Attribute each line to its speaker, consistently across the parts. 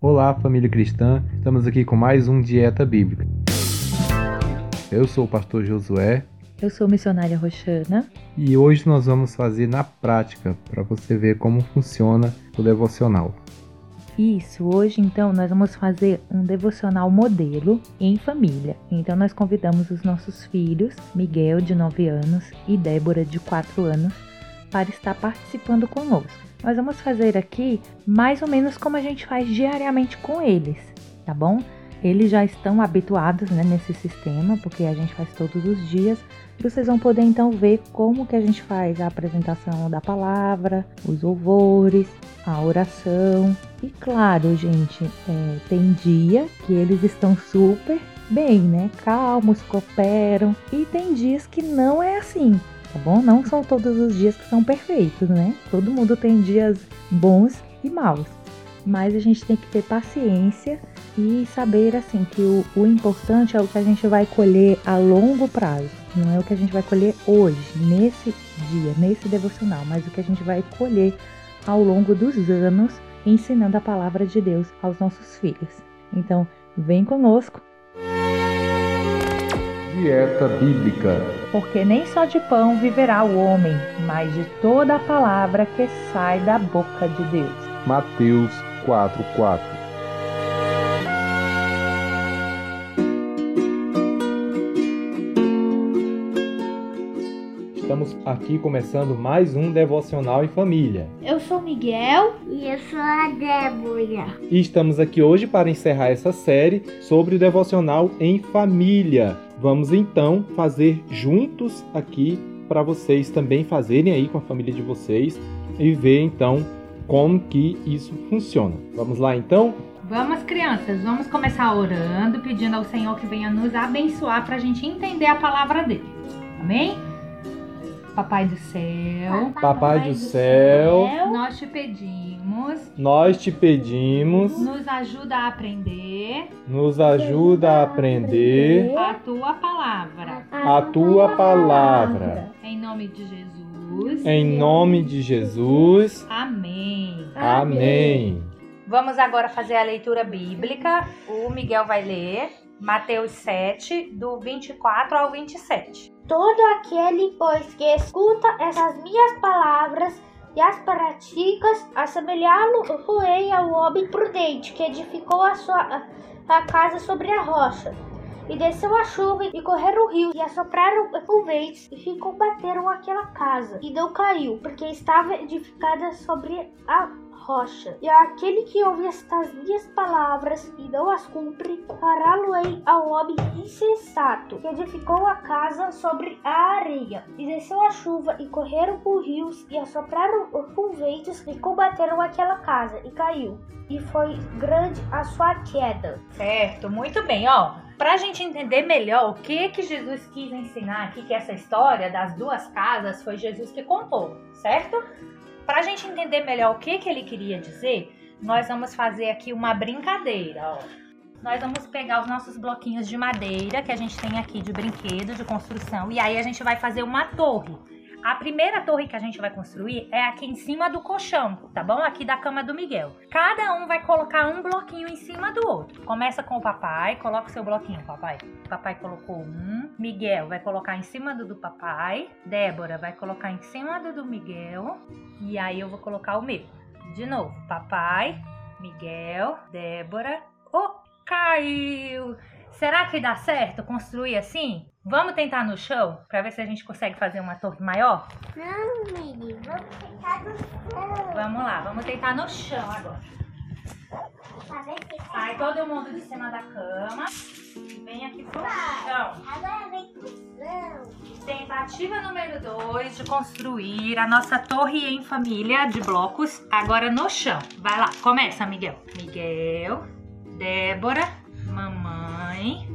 Speaker 1: Olá, família cristã. Estamos aqui com mais um dieta bíblica. Eu sou o pastor Josué
Speaker 2: Eu sou missionária Roxana.
Speaker 1: e hoje nós vamos fazer na prática para você ver como funciona o devocional.
Speaker 2: Isso, hoje então nós vamos fazer um devocional modelo em família. Então nós convidamos os nossos filhos, Miguel, de 9 anos, e Débora, de 4 anos, para estar participando conosco. Nós vamos fazer aqui mais ou menos como a gente faz diariamente com eles, tá bom? Eles já estão habituados né, nesse sistema, porque a gente faz todos os dias. Vocês vão poder então ver como que a gente faz a apresentação da palavra, os louvores, a oração. E claro, gente, é, tem dia que eles estão super bem, né? Calmos, cooperam. E tem dias que não é assim, tá bom? Não são todos os dias que são perfeitos, né? Todo mundo tem dias bons e maus. Mas a gente tem que ter paciência e saber, assim, que o, o importante é o que a gente vai colher a longo prazo. Não é o que a gente vai colher hoje, nesse dia, nesse devocional, mas o que a gente vai colher ao longo dos anos ensinando a palavra de Deus aos nossos filhos. Então, vem conosco,
Speaker 1: Dieta bíblica.
Speaker 2: porque nem só de pão viverá o homem, mas de toda a palavra que sai da boca de Deus.
Speaker 1: Mateus 4:4. Estamos aqui começando mais um devocional em família.
Speaker 3: Eu sou o Miguel.
Speaker 4: E eu sou a Débora.
Speaker 1: E estamos aqui hoje para encerrar essa série sobre o devocional em família. Vamos então fazer juntos aqui para vocês também fazerem aí com a família de vocês e ver então como que isso funciona. Vamos lá então?
Speaker 3: Vamos, crianças, vamos começar orando, pedindo ao Senhor que venha nos abençoar para a gente entender a palavra dele. Amém? Papai do céu,
Speaker 1: Papai do céu,
Speaker 3: nós te pedimos,
Speaker 1: nós te pedimos,
Speaker 3: nos ajuda a aprender
Speaker 1: nos ajuda a aprender
Speaker 3: a tua palavra.
Speaker 1: a tua palavra.
Speaker 3: Em nome de Jesus.
Speaker 1: Em nome de Jesus.
Speaker 3: Amém.
Speaker 1: Amém.
Speaker 3: Vamos agora fazer a leitura bíblica. O Miguel vai ler Mateus 7, do 24 ao 27.
Speaker 4: Todo aquele, pois, que escuta essas minhas palavras e as praticas, assemelhá-lo-ei ao homem prudente que edificou a sua a casa sobre a rocha. E desceu a chuva e correram o rio e assopraram correntes e combateram aquela casa. E não caiu, porque estava edificada sobre a rocha. E aquele que ouve estas minhas palavras e não as cumpre, fará-lo-ei ao homem insensato, que edificou a casa sobre a areia. E desceu a chuva, e correram por rios, e assopraram com ventos, e combateram aquela casa, e caiu. E foi grande a sua queda.
Speaker 3: Certo, muito bem, ó. Pra gente entender melhor o que que Jesus quis ensinar aqui, que essa história das duas casas foi Jesus que contou, certo? Pra gente entender melhor o que que ele queria dizer, nós vamos fazer aqui uma brincadeira, ó. Nós vamos pegar os nossos bloquinhos de madeira que a gente tem aqui de brinquedo, de construção, e aí a gente vai fazer uma torre. A primeira torre que a gente vai construir é aqui em cima do colchão, tá bom? Aqui da cama do Miguel. Cada um vai colocar um bloquinho em cima do outro. Começa com o papai, coloca o seu bloquinho, papai. Papai colocou um. Miguel vai colocar em cima do do papai. Débora vai colocar em cima do do Miguel. E aí eu vou colocar o meu. De novo, papai, Miguel, Débora. Oh, caiu! Será que dá certo construir assim? Vamos tentar no chão pra ver se a gente consegue fazer uma torre maior?
Speaker 4: Não, menino, vamos ficar no chão.
Speaker 3: Vamos lá, vamos tentar no chão agora.
Speaker 4: tá.
Speaker 3: Sai todo mundo de cima da cama e vem aqui pro chão.
Speaker 4: Agora vem pro chão.
Speaker 3: Tentativa número 2 de construir a nossa torre em família de blocos agora no chão. Vai lá, começa, Miguel. Miguel, Débora, mamãe,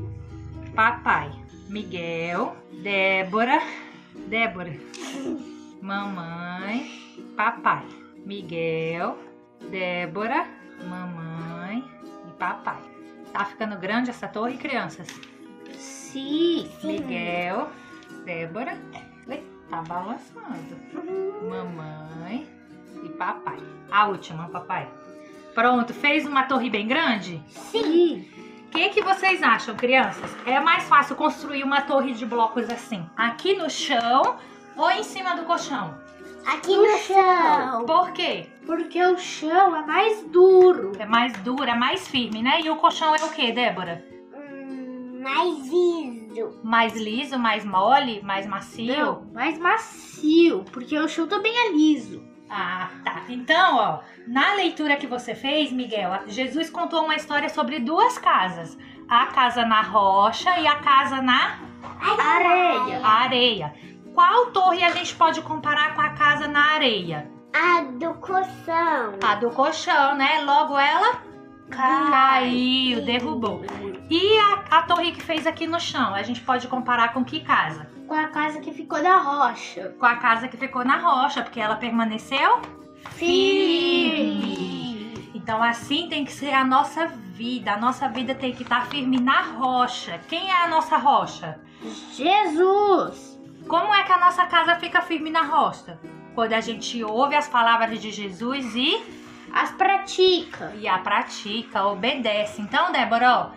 Speaker 3: papai. Miguel, Débora, Débora, mamãe, papai. Miguel, Débora, mamãe e papai. Tá ficando grande essa torre, crianças?
Speaker 4: Sim.
Speaker 3: Miguel, Débora. Ui, tá balançando. Mamãe e papai. A última, papai. Pronto, fez uma torre bem grande?
Speaker 4: Sim.
Speaker 3: O que, que vocês acham, crianças? É mais fácil construir uma torre de blocos assim, aqui no chão ou em cima do colchão?
Speaker 5: Aqui no chão.
Speaker 3: Por quê?
Speaker 4: Porque o chão é mais duro.
Speaker 3: É mais dura, é mais firme, né? E o colchão é o quê, Débora?
Speaker 5: Hum, mais liso.
Speaker 3: Mais liso, mais mole, mais macio?
Speaker 4: Não, mais macio. Porque o chão também é liso.
Speaker 3: Ah, tá. Então, ó, na leitura que você fez, Miguel, Jesus contou uma história sobre duas casas: a casa na rocha e a casa na
Speaker 4: Areia.
Speaker 3: areia. Qual torre a gente pode comparar com a casa na areia?
Speaker 5: A do colchão.
Speaker 3: A do colchão, né? Logo ela caiu, derrubou. E a, a torre que fez aqui no chão, a gente pode comparar com que casa?
Speaker 4: Com a casa que ficou na rocha.
Speaker 3: Com a casa que ficou na rocha, porque ela permaneceu Firme. Então assim tem que ser a nossa vida. A nossa vida tem que estar firme na rocha. Quem é a nossa rocha?
Speaker 4: Jesus.
Speaker 3: Como é que a nossa casa fica firme na rocha? Quando a gente ouve as palavras de Jesus e
Speaker 4: As pratica.
Speaker 3: e a pratica, obedece. Então, Débora, ó,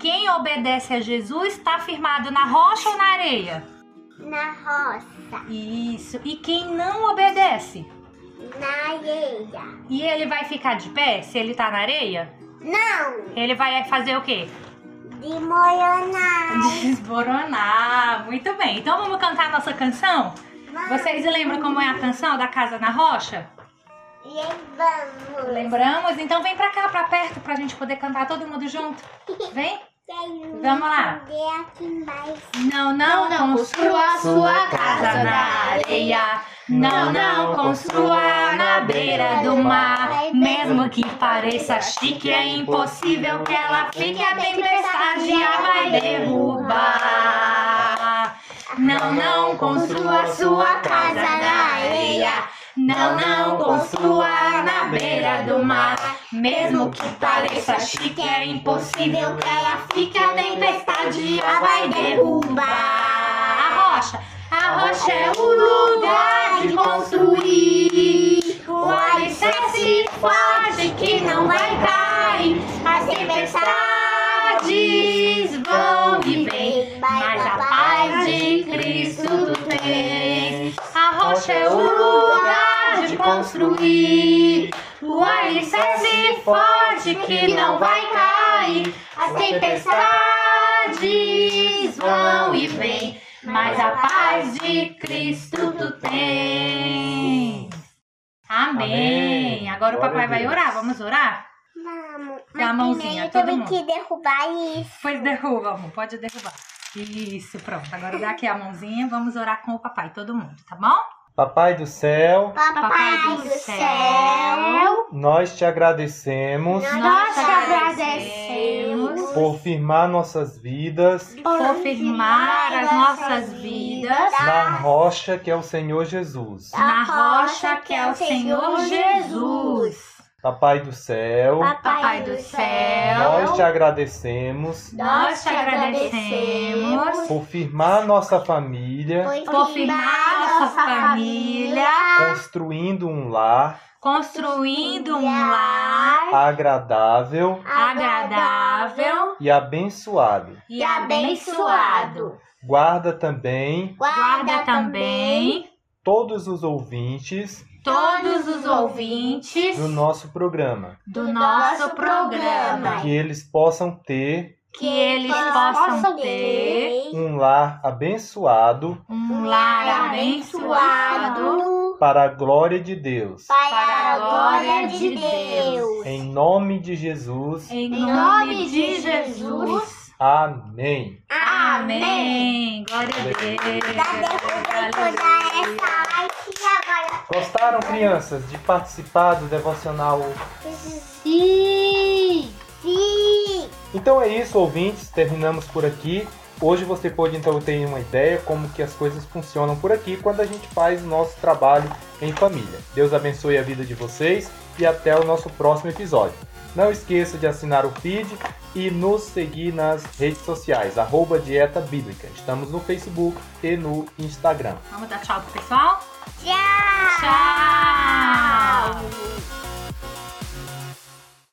Speaker 3: quem obedece a Jesus está firmado na rocha ou na areia?
Speaker 5: Na roça.
Speaker 3: Isso. E quem não obedece?
Speaker 5: Na areia.
Speaker 3: E ele vai ficar de pé se ele tá na areia?
Speaker 5: Não.
Speaker 3: Ele vai fazer o quê?
Speaker 5: De Moioná.
Speaker 3: Desboronar. Muito bem. Então vamos cantar a nossa canção? Vocês lembram como é a canção da Casa na Rocha?
Speaker 5: Levamos.
Speaker 3: Lembramos? Então vem pra cá, pra perto, pra gente poder cantar todo mundo junto. Vem? Vamos lá.
Speaker 5: aqui embaixo.
Speaker 3: Não, não, não construa sua casa na areia. Não, não construa na beira do mar. Mesmo que pareça chique, é impossível que ela fique. A tempestade a vai derrubar. Não, não construa sua casa na areia. Não, não construa na beira do mar. Mesmo que pareça chique, é impossível que ela fique. A tempestade a vai derrubar. A rocha, a rocha é o lugar de construir. O alicerce forte que não vai cair. As tempestades vão e vêm, mas a paz de Cristo tudo fez. A rocha é o lugar de construir. O alicerce é assim forte que não vai cair. As tempestades vão e vêm, mas a paz de Cristo tu tem. Amém.
Speaker 1: Amém.
Speaker 3: Agora o
Speaker 1: Glória
Speaker 3: papai
Speaker 1: a
Speaker 3: vai
Speaker 1: Deus.
Speaker 3: orar. Vamos orar?
Speaker 5: Vamos.
Speaker 3: Dá a mãozinha,
Speaker 5: primeiro
Speaker 3: todo
Speaker 5: tem
Speaker 3: mundo.
Speaker 5: que derrubar isso.
Speaker 3: Pois derruba, amor. Pode derrubar. Isso, pronto. Agora dá aqui a mãozinha. Vamos orar com o papai, todo mundo, tá bom?
Speaker 1: Papai do céu,
Speaker 5: Papai,
Speaker 3: do céu,
Speaker 1: nós te agradecemos
Speaker 5: Nós te
Speaker 3: agradecemos
Speaker 1: por firmar nossas vidas
Speaker 3: confirmar as nossas vidas
Speaker 1: na rocha que é o Senhor Jesus.
Speaker 3: na rocha que é o Senhor Jesus.
Speaker 1: Papai do céu,
Speaker 3: Papai do
Speaker 1: nós
Speaker 3: céu,
Speaker 1: te agradecemos
Speaker 3: nós te agradecemos
Speaker 1: por firmar nossa família,
Speaker 3: por firmar nossa família,
Speaker 1: construindo um lar
Speaker 3: construindo um lar
Speaker 1: agradável
Speaker 3: agradável
Speaker 1: e abençoado.
Speaker 3: e abençoado.
Speaker 1: Guarda também
Speaker 3: Guarda também
Speaker 1: todos os ouvintes
Speaker 3: todos os ouvintes
Speaker 1: do nosso programa,
Speaker 3: do nosso programa,
Speaker 1: que eles possam ter
Speaker 3: que eles possam ter
Speaker 1: um lar abençoado
Speaker 3: um lar abençoado
Speaker 1: para a glória de Deus.
Speaker 5: para a glória de Deus.
Speaker 1: Em nome de Jesus,
Speaker 3: em nome de Jesus.
Speaker 1: amém.
Speaker 3: Amém. Tá Glória a
Speaker 5: Já derrubei toda
Speaker 3: Deus.
Speaker 5: essa arte e agora
Speaker 1: Gostaram, crianças, de participar do devocional?
Speaker 4: Sim.
Speaker 5: sim.
Speaker 1: Então é isso, ouvintes, terminamos por aqui. Hoje você pode então ter uma ideia como que as coisas funcionam por aqui quando a gente faz o nosso trabalho em família. Deus abençoe a vida de vocês e até o nosso próximo episódio. Não esqueça de assinar o feed e nos seguir nas redes sociais, arroba Dieta Bíblica. Estamos no Facebook e no Instagram.
Speaker 3: Vamos dar tchau pro pessoal?
Speaker 5: Tchau.
Speaker 3: Tchau.